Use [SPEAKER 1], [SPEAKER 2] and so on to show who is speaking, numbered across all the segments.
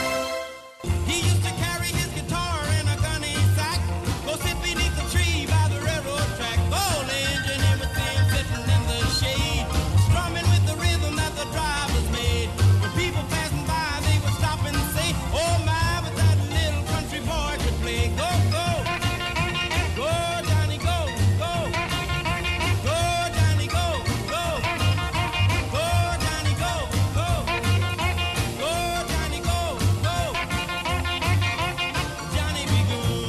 [SPEAKER 1] He used to carry his guitar in a gunny sack. Go sit beneath the tree by the railroad track. Old engineer would see him sitting in the shade, strumming with the rhythm that the drivers made. When people passing by, they would stop and say, Oh my, but that little country boy could play. Go, go, go, Johnny, go, go, go, Johnny, go, go, go, Johnny, go, go, go, Johnny, go, go. Johnny be good.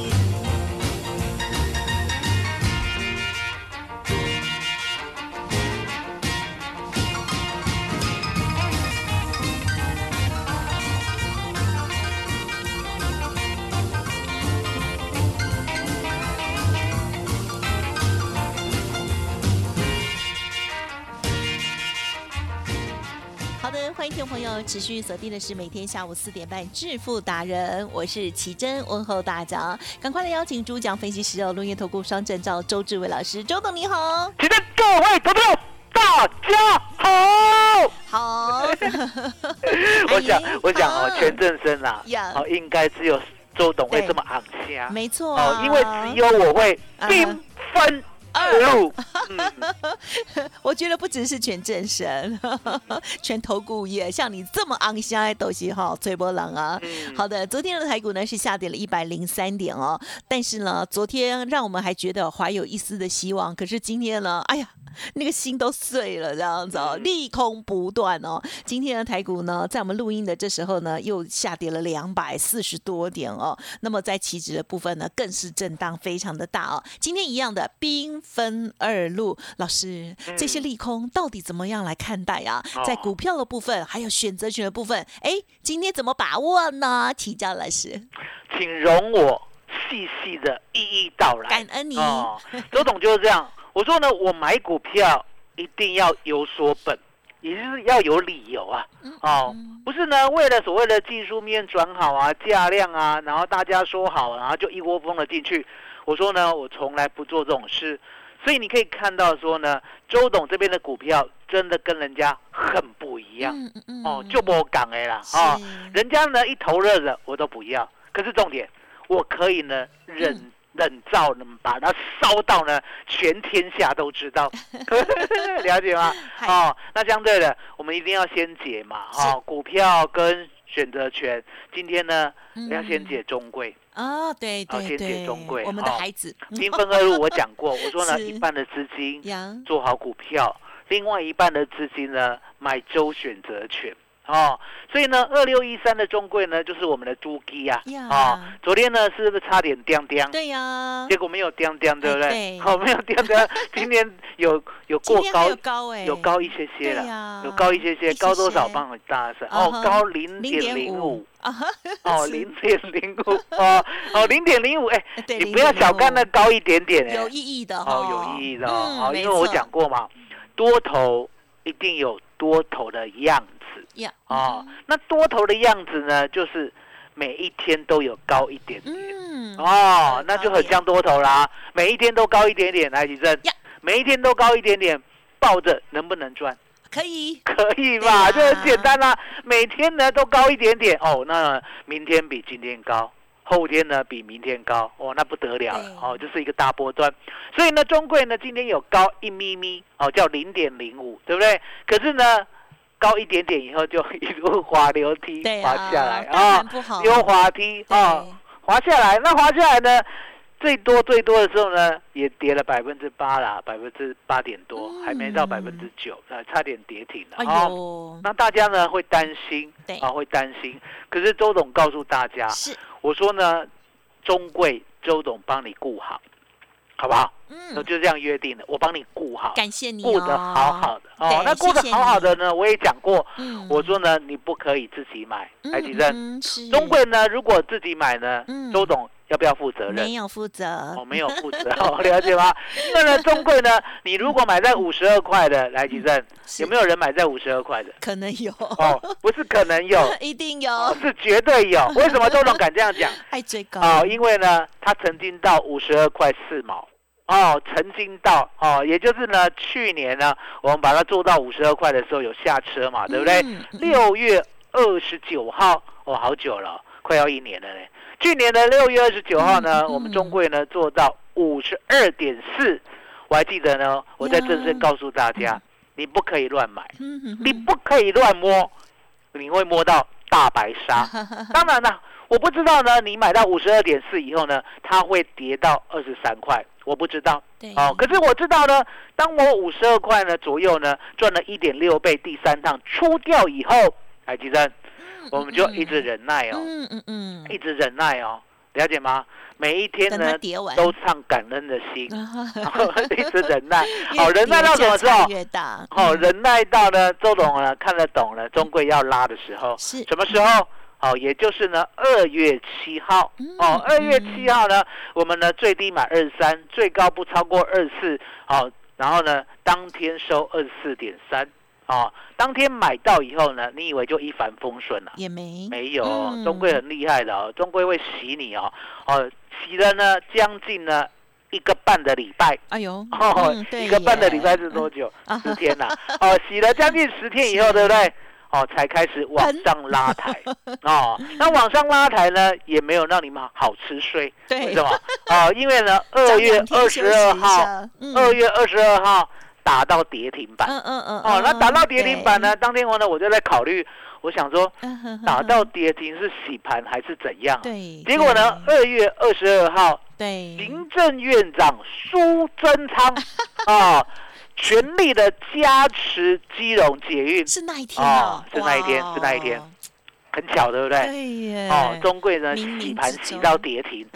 [SPEAKER 2] 好的，欢迎听众朋友持续锁定的是每天下午四点半《致富达人》，我是奇珍，问候大家，赶快来邀请主讲分析师哦，龙岩投顾双证照周志伟老师，周董你好，
[SPEAKER 3] 请在各位投票，大家好。
[SPEAKER 2] 好，
[SPEAKER 3] 我想
[SPEAKER 2] 阿姨，
[SPEAKER 3] 我想哦
[SPEAKER 2] 好，
[SPEAKER 3] 全正生啦
[SPEAKER 2] 哎啊呀，
[SPEAKER 3] 哦，应该只有周董会这么昂虾，
[SPEAKER 2] 没错、
[SPEAKER 3] 哦
[SPEAKER 2] 啊，，
[SPEAKER 3] 因为只有我会
[SPEAKER 2] 啊
[SPEAKER 3] 兵分二路，嗯，
[SPEAKER 2] 我觉得不只是全正神， 全投顾业，像你这么昂香的东西哈，崔波浪啊。
[SPEAKER 3] 嗯
[SPEAKER 2] 好的，昨天的台股呢是下跌了一百零三点哦，但是呢，昨天让我们还觉得怀有一丝的希望，可是今天呢，哎呀，那个心都碎了，这样子哦，
[SPEAKER 3] 嗯
[SPEAKER 2] 利空不断哦。今天的台股呢，在我们录音的这时候呢，又下跌了两百四十多点哦。那么在期指的部分呢，更是震荡非常的大哦。今天一样的兵分二路，老师，这
[SPEAKER 3] 嗯
[SPEAKER 2] 些利空到底怎么样来看待啊？
[SPEAKER 3] 哦
[SPEAKER 2] 在股票的部分，还有选择权的部分，哎，今天怎么把握呢？请教老师，
[SPEAKER 3] 请容我细细的一一道来。
[SPEAKER 2] 感恩你，
[SPEAKER 3] 哦，周董就是这样。我说呢，我买股票一定要有所本，也就是要有理由啊。
[SPEAKER 2] 嗯
[SPEAKER 3] 哦，不是呢，为了所谓的技术面转好啊、价量啊，然后大家说好，然后就一窝蜂的进去。我说呢，我从来不做这种事。所以你可以看到说呢，周董这边的股票真的跟人家很不一样、
[SPEAKER 2] 嗯嗯嗯
[SPEAKER 3] 哦，就不港哎啦
[SPEAKER 2] 是
[SPEAKER 3] 哦，人家呢一头热的我都不要，可是重点，我可以呢忍、
[SPEAKER 2] 嗯
[SPEAKER 3] 忍造呢，把它烧到呢全天下都知 道，了解吗？
[SPEAKER 2] 嗨
[SPEAKER 3] 哦，那相对的，我们一定要先解嘛，哦，股票跟选择权，今天呢要先解中贵，
[SPEAKER 2] 啊，嗯对
[SPEAKER 3] 哦
[SPEAKER 2] 对
[SPEAKER 3] 先解
[SPEAKER 2] 对，
[SPEAKER 3] 中贵
[SPEAKER 2] 我们的
[SPEAKER 3] 哦
[SPEAKER 2] 孩子，嗯
[SPEAKER 3] 兵分二路，我讲过，我说呢
[SPEAKER 2] 是
[SPEAKER 3] 一半的资金
[SPEAKER 2] 杨，
[SPEAKER 3] 做好股票，另外一半的资金呢买周选择权。哦，所以呢，二六一三的中贵呢，就是我们的猪鸡啊。
[SPEAKER 2] 呀
[SPEAKER 3] 哦，昨天呢是不是差点掉掉？
[SPEAKER 2] 对呀，
[SPEAKER 3] 结果没有掉掉，对不
[SPEAKER 2] 哎
[SPEAKER 3] 对？
[SPEAKER 2] 对
[SPEAKER 3] 好、没有掉 掉，今天有有
[SPEAKER 2] 今
[SPEAKER 3] 过
[SPEAKER 2] 天还
[SPEAKER 3] 高
[SPEAKER 2] 有，高哎，
[SPEAKER 3] 有高一些些
[SPEAKER 2] 对呀
[SPEAKER 3] 了，有高一
[SPEAKER 2] 一
[SPEAKER 3] 些些
[SPEAKER 2] 些，
[SPEAKER 3] 高多少？
[SPEAKER 2] 些
[SPEAKER 3] 帮我大声
[SPEAKER 2] 嗯
[SPEAKER 3] 哦
[SPEAKER 2] 哼，
[SPEAKER 3] 高零
[SPEAKER 2] 零
[SPEAKER 3] 点
[SPEAKER 2] 点
[SPEAKER 3] 零
[SPEAKER 2] 五
[SPEAKER 3] 五
[SPEAKER 2] 啊哈，
[SPEAKER 3] 哦，
[SPEAKER 2] 是
[SPEAKER 3] 零点零五哦哦，零点零五哎，
[SPEAKER 2] 呃对，
[SPEAKER 3] 你不要小看那
[SPEAKER 2] 0.05
[SPEAKER 3] 高一点点哎，
[SPEAKER 2] 有意义的
[SPEAKER 3] 哦，
[SPEAKER 2] 哈
[SPEAKER 3] 有意义的
[SPEAKER 2] 嗯
[SPEAKER 3] 哦，哦
[SPEAKER 2] 没
[SPEAKER 3] 因为我
[SPEAKER 2] 错
[SPEAKER 3] 讲过嘛，多头一定有多头的样子
[SPEAKER 2] 呀，
[SPEAKER 3] 哦。那多头的样子呢，就是每一天都有高一点点
[SPEAKER 2] 嗯，
[SPEAKER 3] 哦
[SPEAKER 2] 有，
[SPEAKER 3] 那就
[SPEAKER 2] 高
[SPEAKER 3] 很
[SPEAKER 2] 点
[SPEAKER 3] 像多头啦，每一天都高一点点，来吉正
[SPEAKER 2] 呀，
[SPEAKER 3] 每一天都高一点点。抱着能不能赚？
[SPEAKER 2] 可以，
[SPEAKER 3] 可以
[SPEAKER 2] 对啊
[SPEAKER 3] 吧，这很简单啦、每天呢都高一点点哦，那明天比今天高，后天呢比明天高，哦，那不得了了
[SPEAKER 2] 对
[SPEAKER 3] 哦，就是一个大波段。所以呢，中贵呢今天有高一咪咪哦，叫零点零五，对不对？可是呢，高一点点以后就 一路滑溜梯
[SPEAKER 2] 对
[SPEAKER 3] 滑
[SPEAKER 2] 啊，
[SPEAKER 3] 下来哦
[SPEAKER 2] 当然不好，
[SPEAKER 3] 溜滑梯
[SPEAKER 2] 对
[SPEAKER 3] 啊，滑下来。那滑下来呢，最多最多的时候呢，也跌了百分之八啦，百分之八点多，还没到百分之九，啊，差点跌停了。
[SPEAKER 2] 嗯哎
[SPEAKER 3] 哦，
[SPEAKER 2] 呦，
[SPEAKER 3] 那大家呢会担心
[SPEAKER 2] 对，
[SPEAKER 3] 啊，会担心。可是周董告诉大家，
[SPEAKER 2] 是
[SPEAKER 3] 我说呢，中贵周董帮你顾好。好不好？那
[SPEAKER 2] 嗯，
[SPEAKER 3] 就这样约定的，我帮你顾好，
[SPEAKER 2] 感谢你、哦，
[SPEAKER 3] 顾得好好的哦
[SPEAKER 2] 对。
[SPEAKER 3] 那顾得
[SPEAKER 2] 谢谢
[SPEAKER 3] 好好的呢，我也讲过，
[SPEAKER 2] 嗯，
[SPEAKER 3] 我说呢，你不可以自己买，
[SPEAKER 2] 嗯
[SPEAKER 3] 台积电。
[SPEAKER 2] 嗯是
[SPEAKER 3] 中贵呢，如果自己买呢
[SPEAKER 2] 嗯，
[SPEAKER 3] 周董要不要负责任
[SPEAKER 2] 没？有负责，
[SPEAKER 3] 我没有负责， 哦了解吗？那呢，中贵呢，你如果买在五十二块的来吉正，有没
[SPEAKER 2] 有？
[SPEAKER 3] 有人买在五十二块的？
[SPEAKER 2] 可能有，
[SPEAKER 3] 哦，不是可 能有，
[SPEAKER 2] 一定有，
[SPEAKER 3] 哦是绝对 有。为什么周董敢这样讲？
[SPEAKER 2] 爱追高，
[SPEAKER 3] 哦，因为呢，它曾经到五十二块四毛。哦，曾经到哦，也就是呢，去年呢，我们把它做到五十二块的时候有下车嘛，对不对？
[SPEAKER 2] 嗯嗯
[SPEAKER 3] 六月二十九号，哦，好久了哦，快要一年了嘞。去年的六月二十九号呢，
[SPEAKER 2] 嗯嗯
[SPEAKER 3] 我们中贵呢做到五十二点四，我还记得呢，我在正式告诉大家，你不可以乱买，
[SPEAKER 2] 嗯嗯
[SPEAKER 3] 你不可以乱摸，你会摸到大白 鲨。当然啦，我不知道呢，你买到五十二点四以后呢，它会跌到二十三块，我不知道。
[SPEAKER 2] 对
[SPEAKER 3] 哦，可是我知道呢，当我五十二块呢左右呢赚了一点六倍，第三趟出掉以后，海基生，我们就一直忍耐哦，
[SPEAKER 2] 嗯嗯嗯，
[SPEAKER 3] 一直忍耐哦，了解吗？每一天
[SPEAKER 2] 等它
[SPEAKER 3] 呢
[SPEAKER 2] 叠完，
[SPEAKER 3] 都唱感恩的 心，
[SPEAKER 2] 好，
[SPEAKER 3] 哎哦一直哦忍耐，好忍耐到什么时哦候？
[SPEAKER 2] 啊越大，
[SPEAKER 3] 好、
[SPEAKER 2] 嗯
[SPEAKER 3] 忍耐到呢周董呢看得懂了，终归要拉的时候，
[SPEAKER 2] 是
[SPEAKER 3] 什么时候？好、也就是呢，二月七号
[SPEAKER 2] 嗯
[SPEAKER 3] 哦，二月
[SPEAKER 2] 嗯
[SPEAKER 3] 七号呢，我们呢最低买二十三，最高不超过二四，好，然后呢，当天收二十四点三，哦，当天买到以后呢，你以为就一帆风顺了？
[SPEAKER 2] 也没
[SPEAKER 3] 没有哦
[SPEAKER 2] 嗯，
[SPEAKER 3] 中规很厉害的哦，中规会洗你哦，哦，洗了呢将近呢一个半的礼拜，
[SPEAKER 2] 哎呦，
[SPEAKER 3] 哦
[SPEAKER 2] 嗯，
[SPEAKER 3] 一个半的礼拜是？
[SPEAKER 2] 对耶
[SPEAKER 3] 多久
[SPEAKER 2] 啊？
[SPEAKER 3] 十天呐、哦，洗了将近十天以后，对不对？哦，才开始往上 拉抬哦。那往上拉抬呢，也没有让你们好吃睡，为
[SPEAKER 2] 对
[SPEAKER 3] 什，么？哦，因为呢，二
[SPEAKER 2] 张
[SPEAKER 3] 月
[SPEAKER 2] 两天
[SPEAKER 3] 二
[SPEAKER 2] 休
[SPEAKER 3] 十
[SPEAKER 2] 息
[SPEAKER 3] 二
[SPEAKER 2] 一
[SPEAKER 3] 号，
[SPEAKER 2] 下，嗯
[SPEAKER 3] 二月二十二号打到跌停板。
[SPEAKER 2] 嗯嗯嗯，
[SPEAKER 3] 哦，那
[SPEAKER 2] 嗯
[SPEAKER 3] 打到跌停板？呢？当天我呢，我就在考虑，我想说，
[SPEAKER 2] 对嗯哼哼
[SPEAKER 3] 打到跌停是洗盘还是怎样啊、
[SPEAKER 2] 对，
[SPEAKER 3] 结果呢，二月二十二号
[SPEAKER 2] 对？对，
[SPEAKER 3] 行政院长苏贞 昌啊，全力的加持基隆捷运，
[SPEAKER 2] 是那一天啊
[SPEAKER 3] 哦，是那一天
[SPEAKER 2] 哇
[SPEAKER 3] 是那一天，很巧，对不对？
[SPEAKER 2] 对耶，
[SPEAKER 3] 哦，中贵呢
[SPEAKER 2] 冥冥
[SPEAKER 3] 洗盘
[SPEAKER 2] 之
[SPEAKER 3] 洗
[SPEAKER 2] 中
[SPEAKER 3] 到跌 停，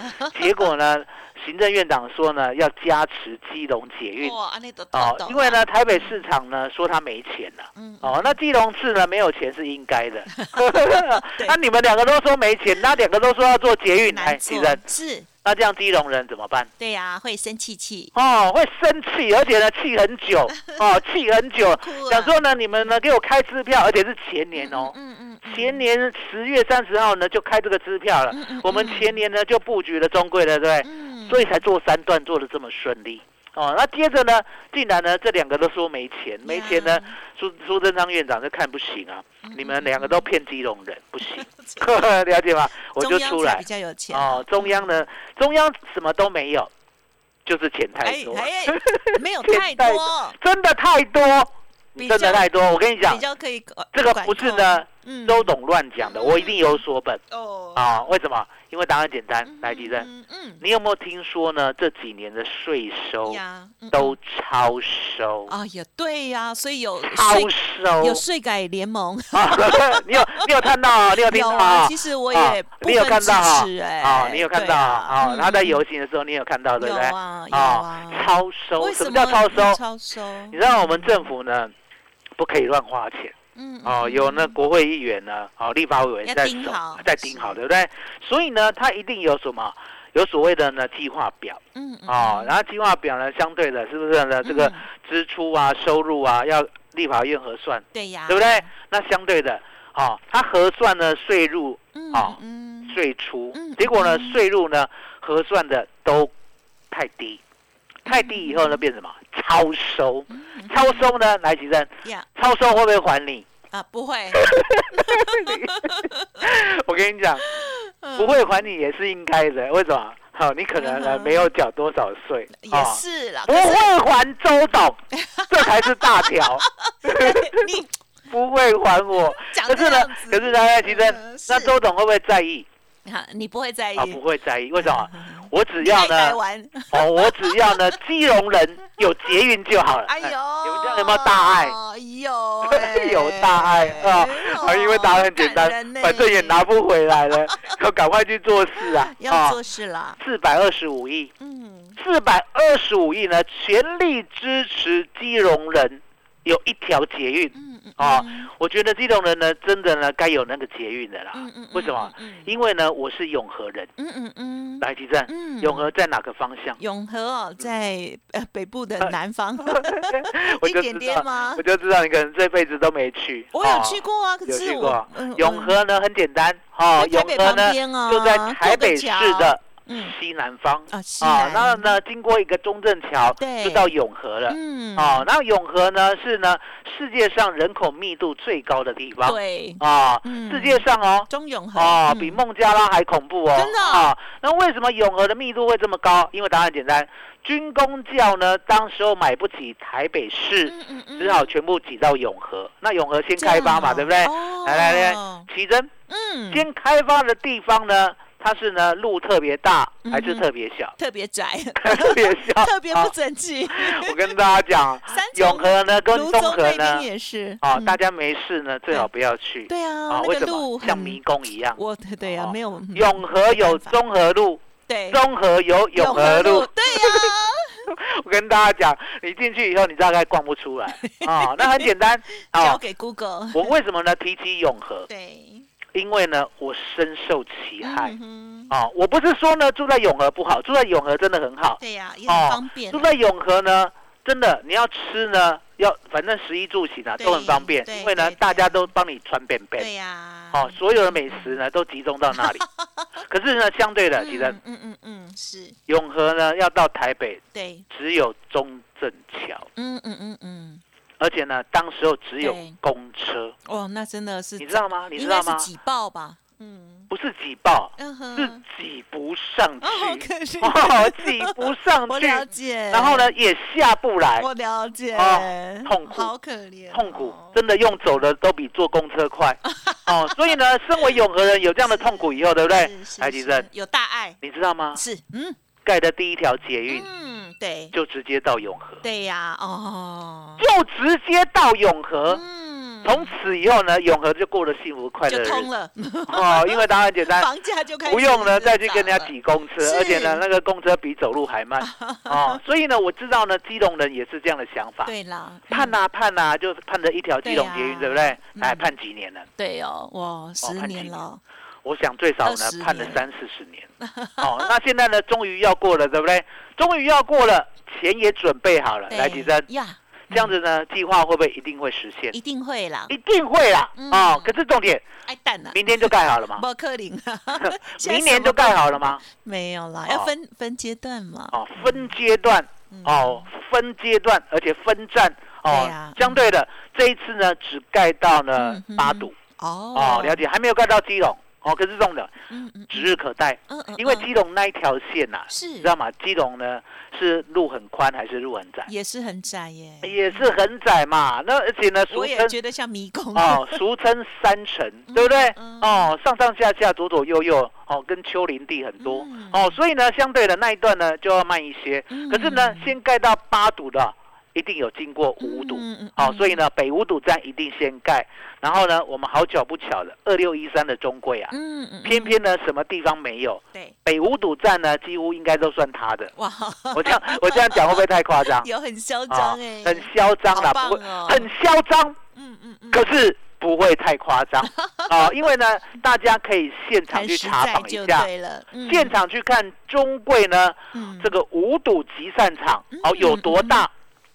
[SPEAKER 3] 结果呢，行政院长说呢要加持基隆捷运。
[SPEAKER 2] 哇，安尼都懂
[SPEAKER 3] 哦
[SPEAKER 2] 懂，
[SPEAKER 3] 因为
[SPEAKER 2] 啊，
[SPEAKER 3] 呢，台北市场呢说他没钱了、
[SPEAKER 2] 嗯，
[SPEAKER 3] 哦，那基隆市呢没有钱是应该 的。 那你们两个都说没钱，那两个都说要做捷运，哎，
[SPEAKER 2] 难
[SPEAKER 3] 其
[SPEAKER 2] 做
[SPEAKER 3] 实
[SPEAKER 2] 是，
[SPEAKER 3] 那这样基隆人怎么办？
[SPEAKER 2] 对呀，会生气气，
[SPEAKER 3] 哦，会生气，而且呢，气很 久，哦，气很久
[SPEAKER 2] 哭啊，
[SPEAKER 3] 想说呢，你们呢给我开支票，而且是前年哦，
[SPEAKER 2] 嗯嗯嗯，
[SPEAKER 3] 前年十月三十号呢就开这个支票了，
[SPEAKER 2] 嗯嗯
[SPEAKER 3] 我们前年呢就布局了中贵了，对不对？
[SPEAKER 2] 嗯，
[SPEAKER 3] 所以才做三段做的这么顺利。哦，那接着呢，竟然呢，这两个都说没钱，没钱呢，苏苏贞昌院长就看不行啊，
[SPEAKER 2] 嗯
[SPEAKER 3] 你们两个都骗基隆人，不行， 了解吗？我
[SPEAKER 2] 中
[SPEAKER 3] 就
[SPEAKER 2] 央
[SPEAKER 3] 出
[SPEAKER 2] 才
[SPEAKER 3] 来
[SPEAKER 2] 比，较有钱
[SPEAKER 3] 哦，中央呢，中央什么都没有，就是钱太
[SPEAKER 2] 哎
[SPEAKER 3] 多，
[SPEAKER 2] 哎，没有
[SPEAKER 3] 欠
[SPEAKER 2] 太
[SPEAKER 3] 太
[SPEAKER 2] 多，
[SPEAKER 3] 真的太多，
[SPEAKER 2] 比
[SPEAKER 3] 真
[SPEAKER 2] 较
[SPEAKER 3] 的太多。我跟你讲
[SPEAKER 2] 比，较可以管
[SPEAKER 3] 这个不是，呢
[SPEAKER 2] 管控
[SPEAKER 3] 周董乱讲的，我一定有所本
[SPEAKER 2] 嗯哦，
[SPEAKER 3] 啊。为什么？因为答案简单
[SPEAKER 2] 嗯，
[SPEAKER 3] 来，吉正，
[SPEAKER 2] 嗯嗯
[SPEAKER 3] 你有没有听说呢？这几年的税收
[SPEAKER 2] 呀，嗯
[SPEAKER 3] 都超收，
[SPEAKER 2] 啊也对呀，所以有
[SPEAKER 3] 超
[SPEAKER 2] 税有
[SPEAKER 3] 收。
[SPEAKER 2] 税改联盟，
[SPEAKER 3] 啊 你有你有看 到啊？你有听
[SPEAKER 2] 有
[SPEAKER 3] 到
[SPEAKER 2] 啊，
[SPEAKER 3] 啊？
[SPEAKER 2] 其实我
[SPEAKER 3] 啊
[SPEAKER 2] 也部
[SPEAKER 3] 你有
[SPEAKER 2] 分
[SPEAKER 3] 看
[SPEAKER 2] 支
[SPEAKER 3] 到啊
[SPEAKER 2] 持哎，
[SPEAKER 3] 啊，你有看
[SPEAKER 2] 对
[SPEAKER 3] 到
[SPEAKER 2] 啊
[SPEAKER 3] 啊？啊，他在
[SPEAKER 2] 嗯
[SPEAKER 3] 游行的时候，你有看到对
[SPEAKER 2] 有
[SPEAKER 3] 不对？
[SPEAKER 2] 啊有啊，
[SPEAKER 3] 超收，
[SPEAKER 2] 为什
[SPEAKER 3] 什么叫超
[SPEAKER 2] 有
[SPEAKER 3] 收？
[SPEAKER 2] 超收，
[SPEAKER 3] 你知道我们政府呢，不可以乱花钱。
[SPEAKER 2] 嗯
[SPEAKER 3] 哦，有那国会议员呢，哦，立法委
[SPEAKER 2] 要
[SPEAKER 3] 员在
[SPEAKER 2] 盯
[SPEAKER 3] 守
[SPEAKER 2] 好，
[SPEAKER 3] 在盯好，对不对？所以呢，他一定有什么，有所谓的呢计划表
[SPEAKER 2] 嗯嗯
[SPEAKER 3] 哦，然后计划表呢，相对的，是不是呢？这个
[SPEAKER 2] 嗯
[SPEAKER 3] 支出啊、收入啊，要立法院核算，
[SPEAKER 2] 对呀，
[SPEAKER 3] 对不对？那相对的，哦，他核算呢税入、
[SPEAKER 2] 嗯
[SPEAKER 3] 哦
[SPEAKER 2] 嗯
[SPEAKER 3] 税出
[SPEAKER 2] 嗯，
[SPEAKER 3] 结果呢
[SPEAKER 2] 嗯
[SPEAKER 3] 税入呢核算的都太低，太低以后呢变什么？超收，
[SPEAKER 2] 嗯
[SPEAKER 3] 超收呢，来吉正，
[SPEAKER 2] 呀
[SPEAKER 3] 超收会不会还你？
[SPEAKER 2] 啊不会，
[SPEAKER 3] 我跟你讲，
[SPEAKER 2] 嗯
[SPEAKER 3] 不会还你也是应该的。为什么？好、你可能呢
[SPEAKER 2] 嗯哼
[SPEAKER 3] 没有缴多少税哦
[SPEAKER 2] 也是啦，
[SPEAKER 3] 不
[SPEAKER 2] 可是
[SPEAKER 3] 会还周 董，这才是大条。
[SPEAKER 2] 你
[SPEAKER 3] 不会还我，
[SPEAKER 2] 讲
[SPEAKER 3] 可
[SPEAKER 2] 这
[SPEAKER 3] 是呢
[SPEAKER 2] 样，子，
[SPEAKER 3] 可是呢，赖奇
[SPEAKER 2] 嗯
[SPEAKER 3] 珍，那
[SPEAKER 2] 是
[SPEAKER 3] 周董会不会在意？
[SPEAKER 2] 啊你不会在意
[SPEAKER 3] 啊，，不会在意。为什么？
[SPEAKER 2] 嗯
[SPEAKER 3] 我只
[SPEAKER 2] 你
[SPEAKER 3] 要
[SPEAKER 2] 爱改
[SPEAKER 3] 呢，
[SPEAKER 2] 完，
[SPEAKER 3] 哦，我只要呢，基隆人有捷运就好了。
[SPEAKER 2] 哎呦，
[SPEAKER 3] 你们这样有没有大爱？
[SPEAKER 2] 有哎，
[SPEAKER 3] 有大爱啊
[SPEAKER 2] 哦
[SPEAKER 3] 啊，因为答案很简
[SPEAKER 2] 感
[SPEAKER 3] 单
[SPEAKER 2] 人，呢
[SPEAKER 3] 反正也拿 不回来了，要赶快去做事啊！
[SPEAKER 2] 要
[SPEAKER 3] 啊，
[SPEAKER 2] 做事啦，
[SPEAKER 3] 四百二十五亿，
[SPEAKER 2] 嗯，
[SPEAKER 3] 四百二十五亿呢，全力支持基隆人有一条捷运。
[SPEAKER 2] 嗯嗯
[SPEAKER 3] 啊，我觉得基隆人呢，真的呢该有那个捷运的啦。
[SPEAKER 2] 嗯嗯，
[SPEAKER 3] 为什么？
[SPEAKER 2] 嗯
[SPEAKER 3] 因为呢，我是永和人，
[SPEAKER 2] 嗯嗯嗯，
[SPEAKER 3] 来基站，
[SPEAKER 2] 嗯
[SPEAKER 3] 永和在哪个方向？
[SPEAKER 2] 永和哦，在呃北部的南方，
[SPEAKER 3] 我
[SPEAKER 2] 一
[SPEAKER 3] 就
[SPEAKER 2] 点
[SPEAKER 3] 知
[SPEAKER 2] 点
[SPEAKER 3] 道，
[SPEAKER 2] 吗
[SPEAKER 3] 我？就知道你可能这辈子都没去。
[SPEAKER 2] 啊我有
[SPEAKER 3] 哦
[SPEAKER 2] 去过啊，可
[SPEAKER 3] 有
[SPEAKER 2] 是
[SPEAKER 3] 去
[SPEAKER 2] 我
[SPEAKER 3] 过
[SPEAKER 2] 嗯嗯
[SPEAKER 3] 永和呢，很简单，哦，
[SPEAKER 2] 在台
[SPEAKER 3] 永
[SPEAKER 2] 北
[SPEAKER 3] 和
[SPEAKER 2] 旁
[SPEAKER 3] 呢
[SPEAKER 2] 边啊
[SPEAKER 3] 就在台北市
[SPEAKER 2] 过个
[SPEAKER 3] 的
[SPEAKER 2] 嗯
[SPEAKER 3] 西南方
[SPEAKER 2] 啊西
[SPEAKER 3] 啊，
[SPEAKER 2] 南
[SPEAKER 3] 然后呢，经过一个中正桥，
[SPEAKER 2] 对
[SPEAKER 3] 就到永和了。
[SPEAKER 2] 嗯
[SPEAKER 3] 哦，那永和呢是呢世界上人口密度最高的地方
[SPEAKER 2] 对
[SPEAKER 3] 啊
[SPEAKER 2] 嗯，
[SPEAKER 3] 世界上哦
[SPEAKER 2] 中永和
[SPEAKER 3] 哦
[SPEAKER 2] 嗯
[SPEAKER 3] 比孟加拉还恐怖哦，
[SPEAKER 2] 真的哦
[SPEAKER 3] 啊。那为什么永和的密度会这么高？因为答案简单，军工教呢当时候买不起台北市，
[SPEAKER 2] 嗯嗯嗯
[SPEAKER 3] 只好全部挤到永和。那永和先
[SPEAKER 2] 这样
[SPEAKER 3] 开发嘛，
[SPEAKER 2] 哦
[SPEAKER 3] 对不对？
[SPEAKER 2] 哦
[SPEAKER 3] 来来来，奇珍
[SPEAKER 2] 嗯，
[SPEAKER 3] 先开发的地方呢，它是呢路特别大
[SPEAKER 2] 嗯哼
[SPEAKER 3] 还是特别小？
[SPEAKER 2] 特别窄，
[SPEAKER 3] 特别小，
[SPEAKER 2] 特别不
[SPEAKER 3] 啊
[SPEAKER 2] 整齐，
[SPEAKER 3] 我跟大家讲，
[SPEAKER 2] 三重
[SPEAKER 3] 永和呢跟
[SPEAKER 2] 泸
[SPEAKER 3] 中
[SPEAKER 2] 州
[SPEAKER 3] 和
[SPEAKER 2] 那
[SPEAKER 3] 呢
[SPEAKER 2] 边，也是
[SPEAKER 3] 啊，
[SPEAKER 2] 嗯
[SPEAKER 3] 大家没事呢最好不要去
[SPEAKER 2] 对啊
[SPEAKER 3] 啊，，为
[SPEAKER 2] 那
[SPEAKER 3] 什
[SPEAKER 2] 个路
[SPEAKER 3] 么
[SPEAKER 2] 很
[SPEAKER 3] 像迷宫一样？
[SPEAKER 2] 我对呀，
[SPEAKER 3] 哦
[SPEAKER 2] 没有嗯
[SPEAKER 3] 永和有
[SPEAKER 2] 没办法
[SPEAKER 3] 中和路，
[SPEAKER 2] 对
[SPEAKER 3] 中和有永和路。
[SPEAKER 2] 对 呀，
[SPEAKER 3] 我跟大家讲，你进去以后，你大概逛不出 来啊。那很简单
[SPEAKER 2] 交
[SPEAKER 3] 啊。
[SPEAKER 2] 给 Google
[SPEAKER 3] 我为什么呢提起永和？
[SPEAKER 2] 对，
[SPEAKER 3] 因为呢，我深受其害
[SPEAKER 2] 嗯哼
[SPEAKER 3] 啊。我不是说呢住在永和不好，住在永和真的很好。
[SPEAKER 2] 对呀，也
[SPEAKER 3] 哦
[SPEAKER 2] 很方便
[SPEAKER 3] 住，在永和呢，真的你要吃呢，要反正食衣住行啊
[SPEAKER 2] 对
[SPEAKER 3] 都很方便，
[SPEAKER 2] 对
[SPEAKER 3] 因为呢
[SPEAKER 2] 对对
[SPEAKER 3] 大家都帮你穿便
[SPEAKER 2] 对
[SPEAKER 3] 便，
[SPEAKER 2] 呀，
[SPEAKER 3] 哦，所有的美食呢都集中到那 里。可是呢，相对的，
[SPEAKER 2] 嗯
[SPEAKER 3] 其实
[SPEAKER 2] 嗯嗯嗯嗯是
[SPEAKER 3] 永和呢要到台北
[SPEAKER 2] 对，
[SPEAKER 3] 只有中正桥，
[SPEAKER 2] 嗯嗯嗯嗯，
[SPEAKER 3] 而且呢当时候只有
[SPEAKER 2] 对
[SPEAKER 3] 公车，
[SPEAKER 2] 哦，那真的是
[SPEAKER 3] 你知道吗？你知
[SPEAKER 2] 应
[SPEAKER 3] 道
[SPEAKER 2] 该
[SPEAKER 3] 吗
[SPEAKER 2] 是？挤爆吧？嗯
[SPEAKER 3] 不是挤爆，
[SPEAKER 2] 嗯哼，
[SPEAKER 3] 是挤不上
[SPEAKER 2] 哦，好
[SPEAKER 3] 去，
[SPEAKER 2] 可惜，
[SPEAKER 3] 哦，挤不上
[SPEAKER 2] 我
[SPEAKER 3] 去，
[SPEAKER 2] 了解。
[SPEAKER 3] 然后呢也下不来，
[SPEAKER 2] 我了解，
[SPEAKER 3] 哦痛苦
[SPEAKER 2] 好可怜哦，
[SPEAKER 3] 痛苦，真的用走的都比坐公车 快哦。所以呢，身为永和人有这样的痛苦以后，对不对
[SPEAKER 2] 是？是
[SPEAKER 3] 台积
[SPEAKER 2] 是
[SPEAKER 3] 电，
[SPEAKER 2] 有大爱，
[SPEAKER 3] 你知道吗？
[SPEAKER 2] 是，嗯
[SPEAKER 3] 盖的第一条捷运
[SPEAKER 2] 嗯，对
[SPEAKER 3] 就直接到永和，
[SPEAKER 2] 对呀，哦，
[SPEAKER 3] 就直接到永和。
[SPEAKER 2] 嗯，
[SPEAKER 3] 从此以后呢，永和就过了幸福快乐
[SPEAKER 2] 就
[SPEAKER 3] 的日
[SPEAKER 2] 通
[SPEAKER 3] 子
[SPEAKER 2] 了，
[SPEAKER 3] 哦，因为答案简 单，
[SPEAKER 2] 房价就开始
[SPEAKER 3] 不用呢再去跟人家
[SPEAKER 2] 涨了，
[SPEAKER 3] 挤公车，
[SPEAKER 2] 是
[SPEAKER 3] 而且呢那个公车比走路 还慢哦，所以呢我知道呢基隆人也是这样的想法，
[SPEAKER 2] 对啦，
[SPEAKER 3] 盼
[SPEAKER 2] 嗯
[SPEAKER 3] 啊盼啊，就是盼着一条基隆捷运，
[SPEAKER 2] 对
[SPEAKER 3] 对
[SPEAKER 2] 啊
[SPEAKER 3] 不对？哎，
[SPEAKER 2] 嗯
[SPEAKER 3] 盼几年了。
[SPEAKER 2] 对哦，哇，十
[SPEAKER 3] 盼
[SPEAKER 2] 年
[SPEAKER 3] 几
[SPEAKER 2] 了，
[SPEAKER 3] 我想最少
[SPEAKER 2] 20
[SPEAKER 3] 呢
[SPEAKER 2] 年
[SPEAKER 3] 判了三四十 年。哦，那现在呢，终于要过了，对不对？终于要过了，钱也准备好了，
[SPEAKER 2] 对
[SPEAKER 3] 来，吉生，
[SPEAKER 2] 呀，
[SPEAKER 3] 这样子呢，计划会不会一定会实现？
[SPEAKER 2] 一定会啦，
[SPEAKER 3] 一定会啦
[SPEAKER 2] 嗯！
[SPEAKER 3] 哦，可是重点，
[SPEAKER 2] 爱蛋啦，
[SPEAKER 3] 明天就盖好了吗？
[SPEAKER 2] 不克林啊， 现在
[SPEAKER 3] 明年
[SPEAKER 2] 什么
[SPEAKER 3] 就盖好了吗？
[SPEAKER 2] 没有啦，
[SPEAKER 3] 哦
[SPEAKER 2] 要分分阶段嘛，
[SPEAKER 3] 哦，分阶段，
[SPEAKER 2] 嗯
[SPEAKER 3] 哦，分阶段，而且分站，
[SPEAKER 2] 对
[SPEAKER 3] 哦
[SPEAKER 2] 啊，
[SPEAKER 3] 相对的，这一次呢，只盖到呢
[SPEAKER 2] 嗯哼
[SPEAKER 3] 八堵，
[SPEAKER 2] 哦
[SPEAKER 3] 哦，了解，还没有盖到基隆，哦，可是重点，
[SPEAKER 2] 嗯嗯
[SPEAKER 3] 指日可待，
[SPEAKER 2] 嗯嗯，
[SPEAKER 3] 因为
[SPEAKER 2] 嗯
[SPEAKER 3] 基隆那一条线呐，你
[SPEAKER 2] 是
[SPEAKER 3] 知道吗？基隆呢是路很宽还是路很窄？
[SPEAKER 2] 也是很窄耶，
[SPEAKER 3] 也是很窄嘛。那而且呢，俗
[SPEAKER 2] 我也
[SPEAKER 3] 称
[SPEAKER 2] 觉得像迷宫
[SPEAKER 3] 哦，俗称三城，对不对？
[SPEAKER 2] 嗯
[SPEAKER 3] 哦，上上下下，左左右右，哦，跟丘陵地很多
[SPEAKER 2] 嗯
[SPEAKER 3] 哦，所以呢，相对的那一段呢就要慢一些。可是呢
[SPEAKER 2] 嗯，
[SPEAKER 3] 先盖到八堵的，一定有经过五堵。
[SPEAKER 2] 嗯嗯
[SPEAKER 3] 哦，
[SPEAKER 2] 嗯
[SPEAKER 3] 所以呢，北五堵站一定先盖，然后呢，我们好巧不巧的，二六一三的中贵啊，
[SPEAKER 2] 嗯嗯嗯，
[SPEAKER 3] 偏偏呢什么地方没有？
[SPEAKER 2] 对，
[SPEAKER 3] 北五堵站呢，几乎应该都算他的。
[SPEAKER 2] 哇，？
[SPEAKER 3] 我这样我这样讲会不会太夸张 哦
[SPEAKER 2] 有很嚣张哎，
[SPEAKER 3] 啊很嚣张啦，
[SPEAKER 2] 好棒
[SPEAKER 3] 不会
[SPEAKER 2] 哦
[SPEAKER 3] 很嚣张，
[SPEAKER 2] 嗯嗯嗯，
[SPEAKER 3] 可是不会太夸 张啊，因为呢，大家可以现场
[SPEAKER 2] 很
[SPEAKER 3] 去
[SPEAKER 2] 实
[SPEAKER 3] 查
[SPEAKER 2] 在
[SPEAKER 3] 访
[SPEAKER 2] 就
[SPEAKER 3] 一下。
[SPEAKER 2] 对了，嗯
[SPEAKER 3] 现场去看中贵呢，
[SPEAKER 2] 嗯
[SPEAKER 3] 这个五堵集散场
[SPEAKER 2] 嗯
[SPEAKER 3] 哦有多大？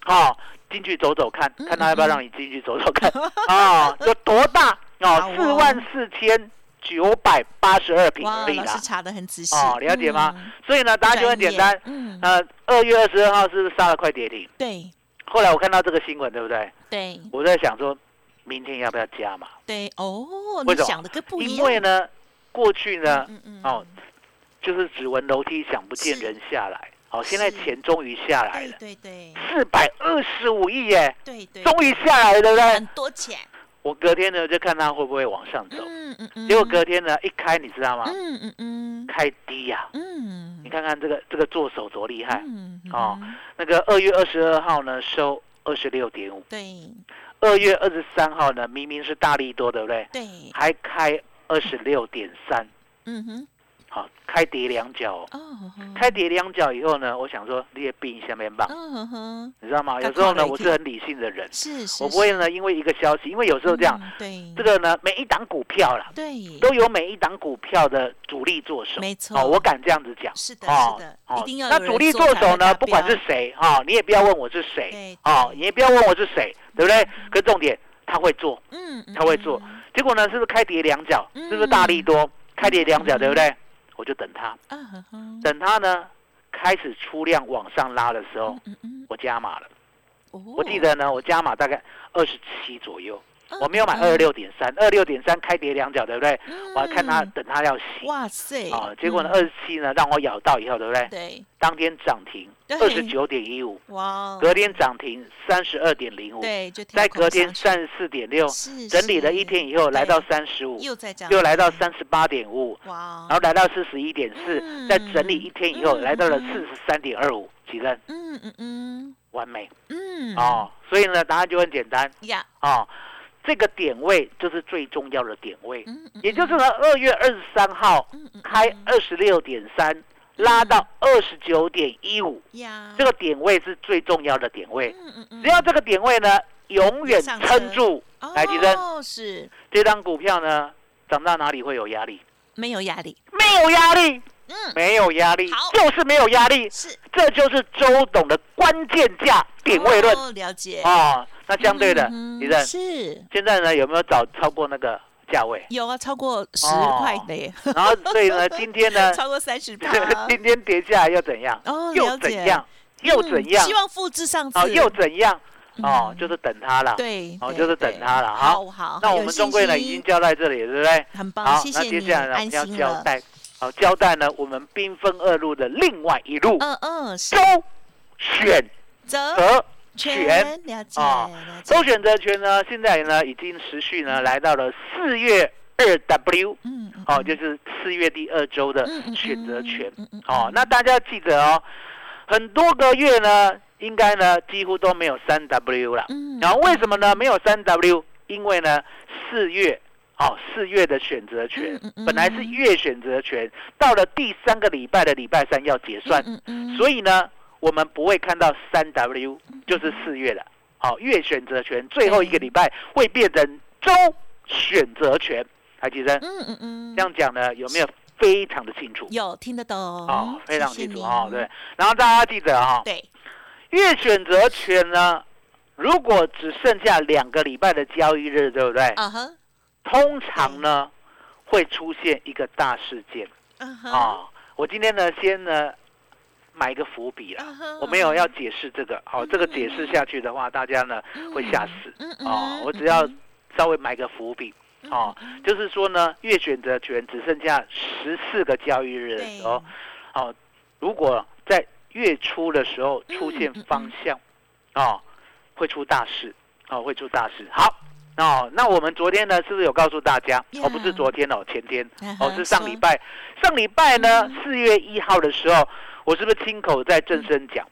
[SPEAKER 3] 哦，进去走走看，
[SPEAKER 2] 嗯
[SPEAKER 3] 看他要不要让你进去走 走看哦，有多大？
[SPEAKER 2] 好
[SPEAKER 3] 哦
[SPEAKER 2] 哦，
[SPEAKER 3] 四万四千九百八十二平
[SPEAKER 2] 哇，
[SPEAKER 3] 米
[SPEAKER 2] 老
[SPEAKER 3] 啦
[SPEAKER 2] 师。查的很仔细
[SPEAKER 3] 哦，了解吗？
[SPEAKER 2] 嗯
[SPEAKER 3] 所以呢，答案就很简单。
[SPEAKER 2] 专业嗯，
[SPEAKER 3] 呃，二月二十二号是不是杀了快跌停？
[SPEAKER 2] 对
[SPEAKER 3] 后来我看到这个新闻，对不对？
[SPEAKER 2] 对
[SPEAKER 3] 我在想说，明天要不要加嘛？
[SPEAKER 2] 对，哦，你
[SPEAKER 3] 为什么
[SPEAKER 2] 想的跟不一样，
[SPEAKER 3] 因为呢，过去呢，
[SPEAKER 2] 嗯嗯
[SPEAKER 3] 哦，就是只闻楼梯响不见
[SPEAKER 2] 是
[SPEAKER 3] 人下来，哦，现在
[SPEAKER 2] 是
[SPEAKER 3] 钱终于下来
[SPEAKER 2] 对
[SPEAKER 3] 了，
[SPEAKER 2] 对对
[SPEAKER 3] 四百二十五亿耶，
[SPEAKER 2] 对对，
[SPEAKER 3] 终于下来了，对不对
[SPEAKER 2] 很？多钱，
[SPEAKER 3] 我隔天呢就看它会不会往上走，
[SPEAKER 2] 嗯嗯嗯，
[SPEAKER 3] 结果隔天呢一开，你知道吗？
[SPEAKER 2] 嗯嗯嗯
[SPEAKER 3] 开低呀，
[SPEAKER 2] 嗯，
[SPEAKER 3] 啊你看看这个这个做手多厉害，
[SPEAKER 2] 嗯
[SPEAKER 3] 哦
[SPEAKER 2] 嗯
[SPEAKER 3] 那个二月二十二号呢收。二十六点五，
[SPEAKER 2] 对
[SPEAKER 3] 二月二十三号呢，明明是大力多，对不对？
[SPEAKER 2] 对，
[SPEAKER 3] 还开二十六点三，
[SPEAKER 2] 嗯哼，
[SPEAKER 3] 好、开跌两角哦、
[SPEAKER 2] 哦，
[SPEAKER 3] 开跌两角以后呢，我想说你也避一下面棒，
[SPEAKER 2] 嗯哼哼，
[SPEAKER 3] 你知道吗？
[SPEAKER 2] 赶快
[SPEAKER 3] 有时候呢，
[SPEAKER 2] 回去
[SPEAKER 3] 我是很理性的人，
[SPEAKER 2] 是是，
[SPEAKER 3] 我不会
[SPEAKER 2] 是
[SPEAKER 3] 呢，因为一个消息，因为有时候这样，，
[SPEAKER 2] 嗯对，
[SPEAKER 3] 这个呢，每一档股票啦，
[SPEAKER 2] 对，
[SPEAKER 3] 都有每一档股票的主力做手，
[SPEAKER 2] 没错
[SPEAKER 3] 哦，我敢这样子讲，
[SPEAKER 2] 是的
[SPEAKER 3] 哦
[SPEAKER 2] 是的
[SPEAKER 3] 哦
[SPEAKER 2] 一定要有
[SPEAKER 3] 那
[SPEAKER 2] 人
[SPEAKER 3] 主力
[SPEAKER 2] 做
[SPEAKER 3] 做
[SPEAKER 2] 才
[SPEAKER 3] 手
[SPEAKER 2] 会达
[SPEAKER 3] 呢，不管
[SPEAKER 2] 标
[SPEAKER 3] 是谁啊、哦，你也不要问我是
[SPEAKER 2] 对
[SPEAKER 3] 谁，哦，你也不要问我是谁，对不对？可是重点他会做，
[SPEAKER 2] 嗯，嗯
[SPEAKER 3] 他会做，结果呢，是不是开跌两角？
[SPEAKER 2] 嗯
[SPEAKER 3] 是不是大力多开跌两角？
[SPEAKER 2] 嗯
[SPEAKER 3] 对不对？我就等它，
[SPEAKER 2] 嗯哼哼，
[SPEAKER 3] 等它呢开始出量往上拉的时候，
[SPEAKER 2] 嗯嗯，哦
[SPEAKER 3] 我加码了。
[SPEAKER 2] 我
[SPEAKER 3] 我记得呢，我加码大概二十七左右，我没有买二
[SPEAKER 2] 二
[SPEAKER 3] 十，六点三，二六点三开跌两角，对不对？
[SPEAKER 2] 嗯
[SPEAKER 3] 我还看它，等它要洗。
[SPEAKER 2] 哇塞，
[SPEAKER 3] 啊，结果呢，
[SPEAKER 2] 嗯
[SPEAKER 3] 二十七呢让我咬到以后，对不对？
[SPEAKER 2] 对，
[SPEAKER 3] 当天涨停
[SPEAKER 2] 对
[SPEAKER 3] 二十九点一五，
[SPEAKER 2] 哇，哦
[SPEAKER 3] 隔天涨停三十二点零五，
[SPEAKER 2] 对，就
[SPEAKER 3] 在
[SPEAKER 2] 跳空
[SPEAKER 3] 隔天
[SPEAKER 2] 上去
[SPEAKER 3] 三十四点六，
[SPEAKER 2] 是
[SPEAKER 3] 整理了
[SPEAKER 2] 是
[SPEAKER 3] 一天以后
[SPEAKER 2] 对
[SPEAKER 3] 来到三十五，
[SPEAKER 2] 又在涨，
[SPEAKER 3] 又来到三十八点五，
[SPEAKER 2] 哇，哦
[SPEAKER 3] 然后来到四十一点
[SPEAKER 2] 嗯
[SPEAKER 3] 四，再整理一天以后
[SPEAKER 2] 嗯
[SPEAKER 3] 来到了四
[SPEAKER 2] 嗯
[SPEAKER 3] 十三点二五，几任
[SPEAKER 2] 嗯嗯嗯
[SPEAKER 3] 完美
[SPEAKER 2] 嗯，
[SPEAKER 3] 哦。所以呢，答案就很简单
[SPEAKER 2] 呀，
[SPEAKER 3] 哦，这个点位就是最重要的点位，
[SPEAKER 2] 嗯，嗯
[SPEAKER 3] 也就是呢，二月二十三号
[SPEAKER 2] 嗯嗯
[SPEAKER 3] 开
[SPEAKER 2] 嗯
[SPEAKER 3] 二十六点三，拉到二十九点一五，
[SPEAKER 2] 嗯呀，
[SPEAKER 3] 这个点位是最重要的点位。
[SPEAKER 2] 嗯嗯嗯，
[SPEAKER 3] 只要这个点位呢，永远
[SPEAKER 2] 上
[SPEAKER 3] 撑住，来提升
[SPEAKER 2] 哦，是
[SPEAKER 3] 这张股票呢，涨到哪里会有压力？
[SPEAKER 2] 没有压力，
[SPEAKER 3] 没有压力，
[SPEAKER 2] 嗯，
[SPEAKER 3] 没有压力
[SPEAKER 2] 好，
[SPEAKER 3] 就是没有压力，
[SPEAKER 2] 是
[SPEAKER 3] 这就是周董的关键价点位论
[SPEAKER 2] 哦了解，
[SPEAKER 3] 哦。那相对的，
[SPEAKER 2] 嗯
[SPEAKER 3] 李正，
[SPEAKER 2] 是？
[SPEAKER 3] 现在呢有没有找超过那个价位
[SPEAKER 2] 有啊，超过十
[SPEAKER 3] 哦
[SPEAKER 2] 块的耶，
[SPEAKER 3] 然后所 以呢，今天呢，，
[SPEAKER 2] 超过三十趴
[SPEAKER 3] 今天跌下来又怎样？
[SPEAKER 2] 哦，
[SPEAKER 3] 又
[SPEAKER 2] 了
[SPEAKER 3] 怎
[SPEAKER 2] 解，
[SPEAKER 3] 样？ 又
[SPEAKER 2] 嗯
[SPEAKER 3] 怎样
[SPEAKER 2] 希？望复制上
[SPEAKER 3] 哦，
[SPEAKER 2] 次，
[SPEAKER 3] 又怎样？哦
[SPEAKER 2] 嗯，
[SPEAKER 3] 就是等它了。
[SPEAKER 2] 对，
[SPEAKER 3] 哦
[SPEAKER 2] 对
[SPEAKER 3] 就是
[SPEAKER 2] 对
[SPEAKER 3] 等它了好
[SPEAKER 2] 好好，
[SPEAKER 3] 那
[SPEAKER 2] 有
[SPEAKER 3] 我们
[SPEAKER 2] 信
[SPEAKER 3] 中贵呢已
[SPEAKER 2] 心
[SPEAKER 3] 经交代这里了，对不对？
[SPEAKER 2] 很棒，
[SPEAKER 3] 好
[SPEAKER 2] 谢，
[SPEAKER 3] 那
[SPEAKER 2] 谢
[SPEAKER 3] 接
[SPEAKER 2] 你，
[SPEAKER 3] 下来呢，我
[SPEAKER 2] 安
[SPEAKER 3] 们要
[SPEAKER 2] 心
[SPEAKER 3] 交
[SPEAKER 2] 了，
[SPEAKER 3] 代，好交代呢，我们兵分二路的另外一路，
[SPEAKER 2] 嗯嗯，是
[SPEAKER 3] 周选
[SPEAKER 2] 择
[SPEAKER 3] 择权。
[SPEAKER 2] 权了解，了
[SPEAKER 3] 啊
[SPEAKER 2] 解
[SPEAKER 3] 周选择权呢，现在呢已经持续呢来到了四月二 W，
[SPEAKER 2] 嗯，嗯
[SPEAKER 3] 哦，就是四月第二周的
[SPEAKER 2] 嗯嗯
[SPEAKER 3] 选择权。
[SPEAKER 2] 嗯嗯嗯
[SPEAKER 3] 哦，那大家记得哦，很多个月呢，应该呢几乎都没有三 W 了。
[SPEAKER 2] 嗯
[SPEAKER 3] 然后为什么呢？没有三 W，因为呢四月哦四月的选择权
[SPEAKER 2] 嗯嗯嗯
[SPEAKER 3] 本来是月选择权，到了第三个礼拜的礼拜三要结算，
[SPEAKER 2] 嗯嗯，以
[SPEAKER 3] 所以呢我们不会看到三 W，就是四月了。好、月选择权最后一个礼拜会变成周选择权，还记得？
[SPEAKER 2] 嗯嗯嗯，
[SPEAKER 3] 这样讲呢有没有非常的清楚？
[SPEAKER 2] 有听得懂，
[SPEAKER 3] 哦，非常
[SPEAKER 2] 谢谢
[SPEAKER 3] 清楚
[SPEAKER 2] 你
[SPEAKER 3] 哦，对。然后大家记得哈、
[SPEAKER 2] 对，
[SPEAKER 3] 月选择权呢，如果只剩下两个礼拜的交易日，对不对？
[SPEAKER 2] 啊哈，
[SPEAKER 3] 通常呢会出现一个大事件
[SPEAKER 2] 啊哈，
[SPEAKER 3] 啊、我今天呢先呢埋一个伏笔啦，
[SPEAKER 2] 啊哈，
[SPEAKER 3] 我没有要解释这个，好、
[SPEAKER 2] 嗯
[SPEAKER 3] 这个解释下去的话，大家呢会吓死
[SPEAKER 2] 嗯嗯，
[SPEAKER 3] 啊、
[SPEAKER 2] 嗯
[SPEAKER 3] 我只要稍微埋个伏笔。哦，就是说呢，月选择权只剩下十四个交易日的
[SPEAKER 2] 对
[SPEAKER 3] 时候，哦，如果在月初的时候
[SPEAKER 2] 嗯
[SPEAKER 3] 出现
[SPEAKER 2] 嗯
[SPEAKER 3] 方向，哦，会出大事，哦，会出大事。好，哦，那我们昨天呢，是不是有告诉大家？
[SPEAKER 2] 呀
[SPEAKER 3] 哦，不是昨天哦，前 天
[SPEAKER 2] 啊哈
[SPEAKER 3] 哦，是上
[SPEAKER 2] 说
[SPEAKER 3] 礼拜。上礼拜呢
[SPEAKER 2] 嗯，
[SPEAKER 3] 四月一号的时候，我是不是亲口在正声讲？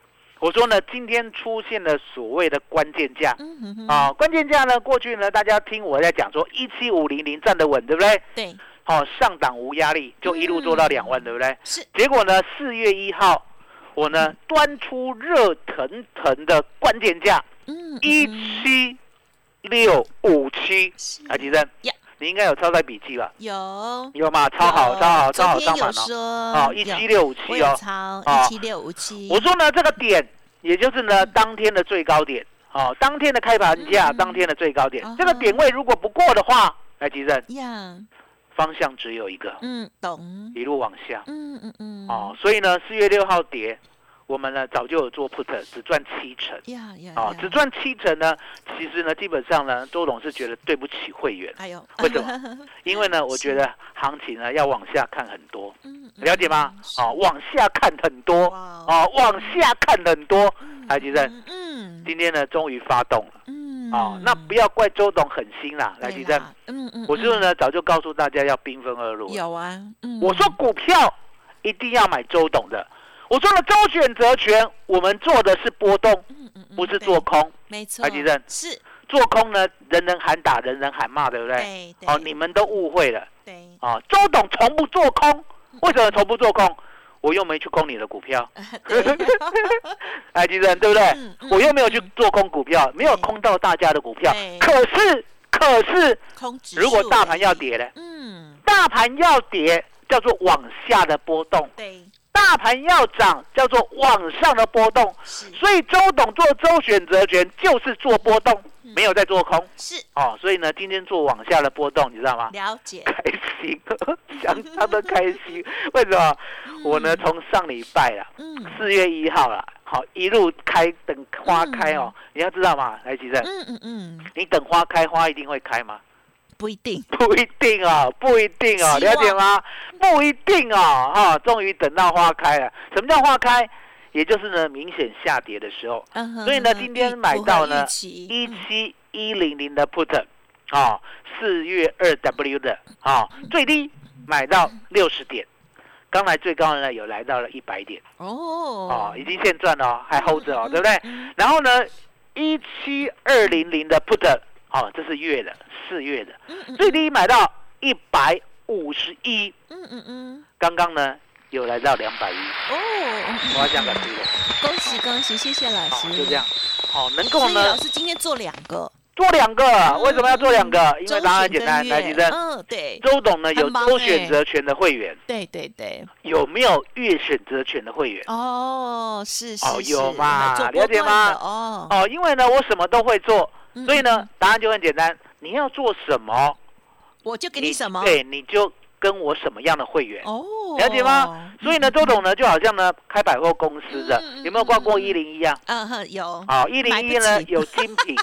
[SPEAKER 3] 我说呢，今天出现了所谓的关键价。
[SPEAKER 2] 嗯哼哼，
[SPEAKER 3] 啊，关键价呢？过去呢，大家听我在讲说一七五零零站得稳，对不对？
[SPEAKER 2] 对，
[SPEAKER 3] 好、上档无压力，就一路做到两万，对不对？
[SPEAKER 2] 嗯是嗯
[SPEAKER 3] 结果呢，四月一号，我呢端出热腾腾的关键价
[SPEAKER 2] 嗯，嗯
[SPEAKER 3] 一
[SPEAKER 2] 嗯
[SPEAKER 3] 七六五七，
[SPEAKER 2] 是
[SPEAKER 3] 来吉生
[SPEAKER 2] 呀，
[SPEAKER 3] 你应该有抄在笔记吧？
[SPEAKER 2] 有。
[SPEAKER 3] 有吗？抄好，
[SPEAKER 2] 有
[SPEAKER 3] 抄好，
[SPEAKER 2] 昨
[SPEAKER 3] 抄好，
[SPEAKER 2] 天
[SPEAKER 3] 抄
[SPEAKER 2] 有
[SPEAKER 3] 满哦。
[SPEAKER 2] 说
[SPEAKER 3] 哦，
[SPEAKER 2] 有
[SPEAKER 3] 一七六五
[SPEAKER 2] 我
[SPEAKER 3] 七
[SPEAKER 2] 有
[SPEAKER 3] 哦。
[SPEAKER 2] 抄
[SPEAKER 3] 哦
[SPEAKER 2] 一七六五七，
[SPEAKER 3] 我说呢，这个点，也就是呢当天的最高点，哦，当天的开盘价，
[SPEAKER 2] 嗯
[SPEAKER 3] 当天的最高点
[SPEAKER 2] 啊哈，
[SPEAKER 3] 这个点位如果不过的话，来吉生
[SPEAKER 2] 呀，
[SPEAKER 3] 方向只有一个，
[SPEAKER 2] 嗯，懂，
[SPEAKER 3] 一路往下。
[SPEAKER 2] 嗯嗯嗯，
[SPEAKER 3] 哦，，所以呢，四月六号跌，我们呢早就有做 put，只赚七成。
[SPEAKER 2] 呀呀，
[SPEAKER 3] 哦，
[SPEAKER 2] 呀
[SPEAKER 3] 只赚七成呢，其实呢，基本上呢，周董是觉得对不起会员，
[SPEAKER 2] 哎呦，
[SPEAKER 3] 为什么？因为呢，我觉得行情呢要往下看很多，
[SPEAKER 2] 嗯，
[SPEAKER 3] 了解吗
[SPEAKER 2] 嗯？
[SPEAKER 3] 哦，，往下看很多，
[SPEAKER 2] 哇哦
[SPEAKER 3] 哦，往下看很多。台积电
[SPEAKER 2] 嗯嗯
[SPEAKER 3] 今天呢，终于发动了，
[SPEAKER 2] 嗯，
[SPEAKER 3] 哦，那不要怪周董狠心啦，
[SPEAKER 2] 对
[SPEAKER 3] 来积电，
[SPEAKER 2] 啦，嗯嗯，
[SPEAKER 3] 我就是
[SPEAKER 2] 嗯
[SPEAKER 3] 呢早就告诉大家要兵分二路了，
[SPEAKER 2] 有啊，嗯，
[SPEAKER 3] 我说股票一定要买周董的，我说了周选择权，我们做的是波动，
[SPEAKER 2] 嗯嗯嗯
[SPEAKER 3] 不是
[SPEAKER 2] 对
[SPEAKER 3] 做空。
[SPEAKER 2] 没错，
[SPEAKER 3] 台积电
[SPEAKER 2] 是，
[SPEAKER 3] 做空呢，人人喊打，人人喊骂，对不对？啊
[SPEAKER 2] 对对，
[SPEAKER 3] 哦，你们都误会了
[SPEAKER 2] 对，
[SPEAKER 3] 哦，周董从不做空，
[SPEAKER 2] 嗯
[SPEAKER 3] 为什么从不做空？我又没去空你的股 票， 哎，其实对不对？
[SPEAKER 2] 嗯嗯
[SPEAKER 3] 我又没有去做空股票，没有空到大家的股票
[SPEAKER 2] 对。
[SPEAKER 3] 可是，可是，
[SPEAKER 2] 空指数
[SPEAKER 3] 如果大盘要，跌呢？
[SPEAKER 2] 嗯，
[SPEAKER 3] 大盘要跌叫做往下的波动，
[SPEAKER 2] 对，
[SPEAKER 3] 大盘要涨叫做往上的波动。
[SPEAKER 2] 是
[SPEAKER 3] 所以周董做周选择权就是做波动，没有在做空
[SPEAKER 2] 嗯是
[SPEAKER 3] 哦。所以呢，今天做往下的波动，你知道吗？
[SPEAKER 2] 了解，
[SPEAKER 3] 开心，想他都开心。为什么？ 我呢，从上礼拜啦，
[SPEAKER 2] 嗯
[SPEAKER 3] 四月一号啦，好一路开等花开哦。你要知道嘛，来吉正，
[SPEAKER 2] 嗯嗯嗯，
[SPEAKER 3] 你等花开，花一定会开吗？
[SPEAKER 2] 不一定，
[SPEAKER 3] 不一定哦，不一定哦，
[SPEAKER 2] 希望
[SPEAKER 3] 了解吗？不一定哦，哈、终于等到花开了。什么叫花开？也就是呢，明显下跌的时候，
[SPEAKER 2] 嗯哼
[SPEAKER 3] 所以呢
[SPEAKER 2] 嗯哼
[SPEAKER 3] 今天
[SPEAKER 2] 预
[SPEAKER 3] 买到呢
[SPEAKER 2] 符合预期
[SPEAKER 3] 一
[SPEAKER 2] 嗯
[SPEAKER 3] 七一零零的 put，哦，四月二 W 的，哦，最低买到六十点，刚来最高的呢有来到了一百点，哦
[SPEAKER 2] 哦，，
[SPEAKER 3] 已经现赚了哦，还 hold 着哦，
[SPEAKER 2] 嗯
[SPEAKER 3] 对不对？
[SPEAKER 2] 嗯
[SPEAKER 3] 然后呢，一七二零零的 put，哦，这是月的，四月的，
[SPEAKER 2] 嗯嗯
[SPEAKER 3] 最低买到一百五十一，
[SPEAKER 2] 嗯嗯嗯，
[SPEAKER 3] 刚刚呢有来到两百一，
[SPEAKER 2] 哦，
[SPEAKER 3] 我要香港去的，
[SPEAKER 2] 恭喜恭喜，谢谢老
[SPEAKER 3] 哦，
[SPEAKER 2] 师，
[SPEAKER 3] 就这样，哦，能够
[SPEAKER 2] 所以啊
[SPEAKER 3] 呢
[SPEAKER 2] 老师今天做两个，嗯
[SPEAKER 3] 做两个，啊为什么要做两个？因为
[SPEAKER 2] 周
[SPEAKER 3] 答案很
[SPEAKER 2] 选
[SPEAKER 3] 简单，
[SPEAKER 2] 跟
[SPEAKER 3] 来
[SPEAKER 2] 月
[SPEAKER 3] 吉生，
[SPEAKER 2] 嗯，对，
[SPEAKER 3] 周董呢有
[SPEAKER 2] 很忙
[SPEAKER 3] 周
[SPEAKER 2] 欸
[SPEAKER 3] 选择权的会员，
[SPEAKER 2] 对对对，
[SPEAKER 3] 有没有月选择权的会员？
[SPEAKER 2] 哦，是是
[SPEAKER 3] 哦
[SPEAKER 2] 是
[SPEAKER 3] 有嘛
[SPEAKER 2] 做波
[SPEAKER 3] 了解
[SPEAKER 2] 段
[SPEAKER 3] 吗
[SPEAKER 2] 的哦，
[SPEAKER 3] 哦，因为呢我什么都会做，
[SPEAKER 2] 嗯
[SPEAKER 3] 所以呢，答案就很简单，你要做什么，
[SPEAKER 2] 我就给你什么？
[SPEAKER 3] 对，你就跟我什么样的会员。
[SPEAKER 2] 哦，嗯
[SPEAKER 3] 了解吗？所以呢，周董呢就好像呢开百货公司的
[SPEAKER 2] 嗯嗯，嗯
[SPEAKER 3] 有没有挂过
[SPEAKER 2] 嗯嗯
[SPEAKER 3] 一零一啊？
[SPEAKER 2] 嗯哼，有
[SPEAKER 3] 哦，一
[SPEAKER 2] 买
[SPEAKER 3] 零
[SPEAKER 2] 不
[SPEAKER 3] 一呢
[SPEAKER 2] 起
[SPEAKER 3] 有精品，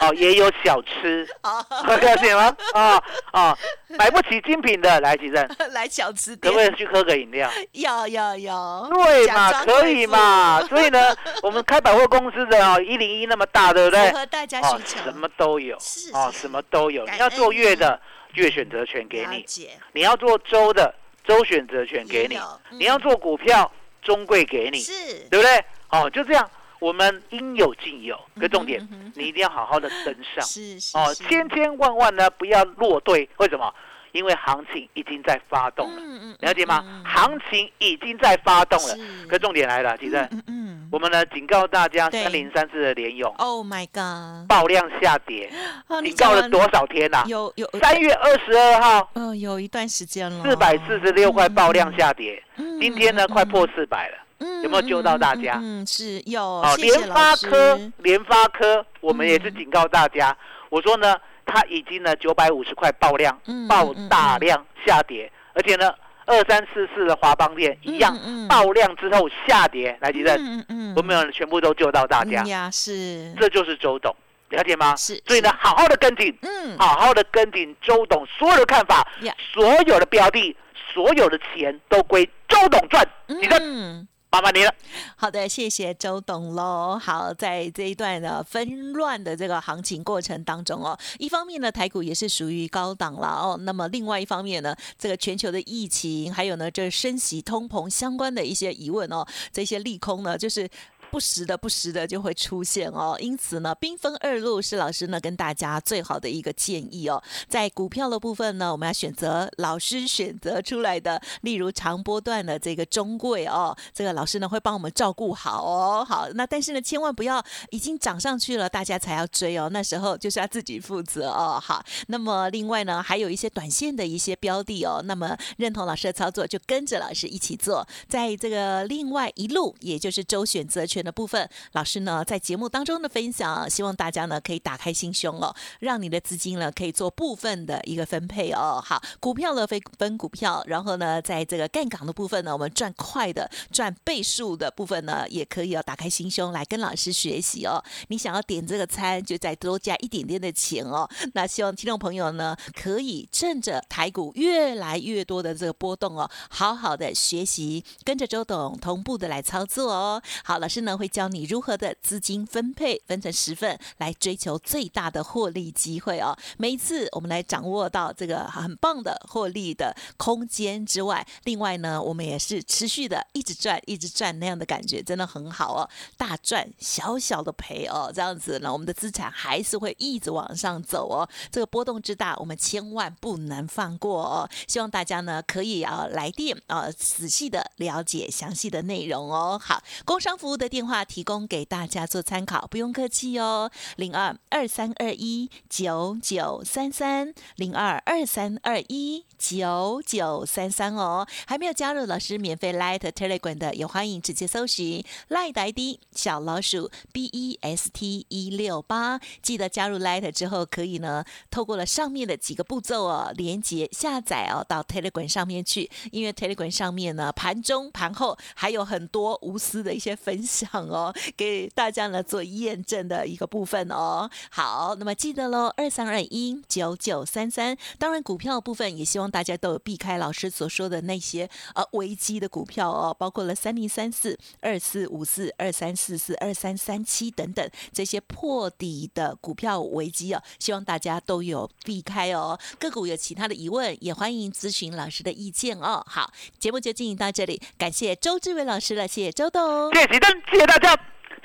[SPEAKER 3] 哦也有小 吃，
[SPEAKER 2] 哦，
[SPEAKER 3] 了解吗？哦哦，买不起精品的来吉 正，
[SPEAKER 2] 来小吃
[SPEAKER 3] 可
[SPEAKER 2] 店
[SPEAKER 3] 不，可以去喝个饮 料？
[SPEAKER 2] 有有有，
[SPEAKER 3] 对
[SPEAKER 2] 假
[SPEAKER 3] 嘛，
[SPEAKER 2] 装
[SPEAKER 3] 可
[SPEAKER 2] 贵
[SPEAKER 3] 以
[SPEAKER 2] 妇
[SPEAKER 3] 嘛。所以呢，我们开百货公司的哦，一零一那么大，对不对
[SPEAKER 2] 符？合大家
[SPEAKER 3] 哦
[SPEAKER 2] 需，求，
[SPEAKER 3] 什么都有
[SPEAKER 2] 是，
[SPEAKER 3] 哦，
[SPEAKER 2] 是
[SPEAKER 3] 什么都有。
[SPEAKER 2] 感
[SPEAKER 3] 你要做
[SPEAKER 2] 恩
[SPEAKER 3] 月
[SPEAKER 2] 嗯
[SPEAKER 3] 的，月选择权给
[SPEAKER 2] 了
[SPEAKER 3] 你；
[SPEAKER 2] 解
[SPEAKER 3] 你要做周的，周选择
[SPEAKER 2] 也
[SPEAKER 3] 权给你
[SPEAKER 2] 有；
[SPEAKER 3] 你要
[SPEAKER 2] 嗯
[SPEAKER 3] 做股票，中贵给你。
[SPEAKER 2] 是
[SPEAKER 3] 对不对？哦，就这样，我们应有尽有。可重点
[SPEAKER 2] 嗯，哼嗯哼
[SPEAKER 3] 你一定要好好的跟上
[SPEAKER 2] 是是
[SPEAKER 3] 哦，
[SPEAKER 2] 是嗯
[SPEAKER 3] 千千万万呢不要落队。为什么？因为行情已经在发动了，
[SPEAKER 2] 嗯嗯
[SPEAKER 3] 了解吗？
[SPEAKER 2] 嗯嗯
[SPEAKER 3] 行情已经在发动了。
[SPEAKER 2] 是
[SPEAKER 3] 可重点来了，其实
[SPEAKER 2] 嗯嗯嗯
[SPEAKER 3] 我们呢警告大家，
[SPEAKER 2] 对
[SPEAKER 3] 三零三四的联勇
[SPEAKER 2] ，Oh my god，
[SPEAKER 3] 爆量下跌，
[SPEAKER 2] 哦
[SPEAKER 3] 警告了多少天呐？
[SPEAKER 2] 有有
[SPEAKER 3] 三月二十二号
[SPEAKER 2] 呃有一段时间了，
[SPEAKER 3] 四百四十六块爆量下跌，
[SPEAKER 2] 嗯，
[SPEAKER 3] 今天呢快破
[SPEAKER 2] 嗯，
[SPEAKER 3] 四百了。
[SPEAKER 2] 嗯
[SPEAKER 3] 有没有救到大家
[SPEAKER 2] 嗯，嗯嗯是有
[SPEAKER 3] 哦，
[SPEAKER 2] 谢谢
[SPEAKER 3] 联发
[SPEAKER 2] 老师
[SPEAKER 3] 科，联发科，我们也是
[SPEAKER 2] 嗯
[SPEAKER 3] 警告大家，我说呢，它已经呢九百五十块爆量
[SPEAKER 2] 嗯，
[SPEAKER 3] 爆
[SPEAKER 2] 嗯嗯
[SPEAKER 3] 大
[SPEAKER 2] 嗯
[SPEAKER 3] 量下跌，而且呢，二三四四的华邦店一样
[SPEAKER 2] 嗯嗯嗯
[SPEAKER 3] 爆量之后下跌，来吉正，
[SPEAKER 2] 嗯嗯嗯，
[SPEAKER 3] 我们有全部都救到大家
[SPEAKER 2] 嗯，呀，是
[SPEAKER 3] 这就是周董，了解吗？
[SPEAKER 2] 是，
[SPEAKER 3] 所以呢
[SPEAKER 2] 是，，
[SPEAKER 3] 好好的跟紧，
[SPEAKER 2] 嗯，
[SPEAKER 3] 好好的跟紧周董所有的看法
[SPEAKER 2] 呀，
[SPEAKER 3] 所有的标的，所有的钱都归周董赚，你的
[SPEAKER 2] 嗯。
[SPEAKER 3] 麻烦您了。
[SPEAKER 2] 好的，谢谢周董喽。好，在这一段的纷乱的这个行情过程当中哦，一方面呢，台股也是属于高档了哦。那么另外一方面呢，这个全球的疫情，还有呢，这升息、通膨相关的一些疑问哦，这些利空呢，就是。不时的、不时的就会出现哦，因此呢，兵分二路是老师呢跟大家最好的一个建议哦。在股票的部分呢，我们要选择老师选择出来的，例如长波段的这个中贵哦，这个老师呢会帮我们照顾好哦。好，那但是呢，千万不要已经涨上去了，大家才要追哦，那时候就是要自己负责哦。好，那么另外呢，还有一些短线的一些标的哦，那么认同老师的操作，就跟着老师一起做。在这个另外一路，也就是周选择权的部分，老师呢在节目当中的分享，希望大家呢可以打开心胸哦，让你的资金呢可以做部分的一个分配哦。好，股票呢分分股票，然后呢在这个干港的部分呢，我们赚快的、赚倍数的部分呢，也可以哦打开心胸来跟老师学习哦。你想要点这个餐，就再多加一点点的钱哦。 那希望听众朋友呢，可以趁着台股越来越多的这个波动哦，好好的学习，跟着周董同步的来操作哦。好，老师呢呢会教你如何的资金分配，分成十份来追求最大的获利机会哦。每一次我们来掌握到这个很棒的获利的空间之外，另外呢，我们也是持续的一直赚，一直赚那样的感觉真的很好哦，大赚小小的赔哦，这样子呢，我们的资产还是会一直往上走哦。这个波动之大，我们千万不能放过哦。希望大家呢可以啊来电啊仔细的了解详细的内容哦。好，工商服务的电话提供给大家做参考，不用客气哦。零二二三二一九九三三零二二三二一九九三三哦。还没有加入老师免费 Light Telegram 的，也欢迎直接搜寻 Light ID 小老鼠 B E S T 一六八，记得加入 Light 之后可以呢，透过了上面的几个步骤哦，连接下载哦到 Telegram 上面去，因为 Telegram 上面呢盘中盘后还有很多无私的一些分享哦，给大家呢做验证的一个部分哦。好，那么记得喽，二三二一九九三三。当然，股票部分也希望大家都有避开老师所说的那些呃危机的股票哦，包括了三零三四、二四五四、二三四四、二三三七等等这些破底的股票危机哦，希望大家都有避开哦。个股有其他的疑问，也欢迎咨询老师的意见哦。好，节目就进行到这里，感谢周志伟老师了，谢谢周董。
[SPEAKER 3] 谢谢灯，谢谢大家，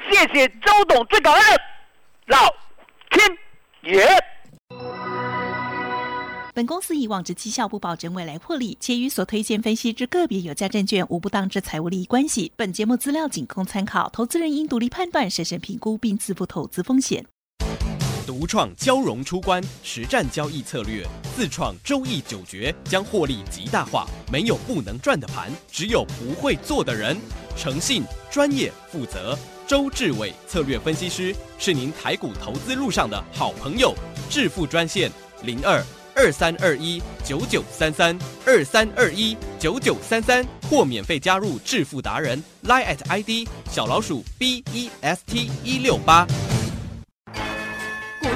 [SPEAKER 3] 谢谢周董最感恩老天爷。
[SPEAKER 2] 本公司以往之绩效不保证未来获利，且与所推荐分析之个别有价证券无不当之财务利益关系。本节目资料仅供参考，投资人应独立判断、审慎评估并自负投资风险。
[SPEAKER 4] 独创交融出关实战交易策略，自创周易九诀，将获利极大化。没有不能赚的盘，只有不会做的人。诚信、专业、负责，周志伟策略分析师是您台股投资路上的好朋友。致富专线零二二三二一九九三三二三二一九九三三，或免费加入致富达人 Line at ID 小老鼠 B E S T 一六八。
[SPEAKER 5] 股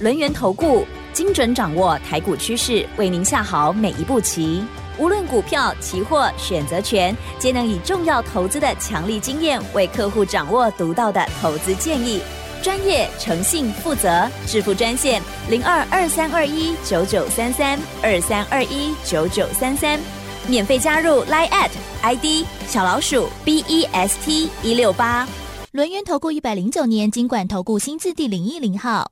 [SPEAKER 6] 轮源投顾精准掌握台股趋势，为您下好每一步棋。无论股票、期货、选择权，皆能以重要投资的强力经验，为客户掌握独到的投资建议。专业、诚信、负责，致富专线零二二三二一九九三三二三二一九九三三，免费加入 Line at ID 小老鼠 B E S T 一六八。
[SPEAKER 5] 轮源投顾一百零九年经管投顾新字第零一零号。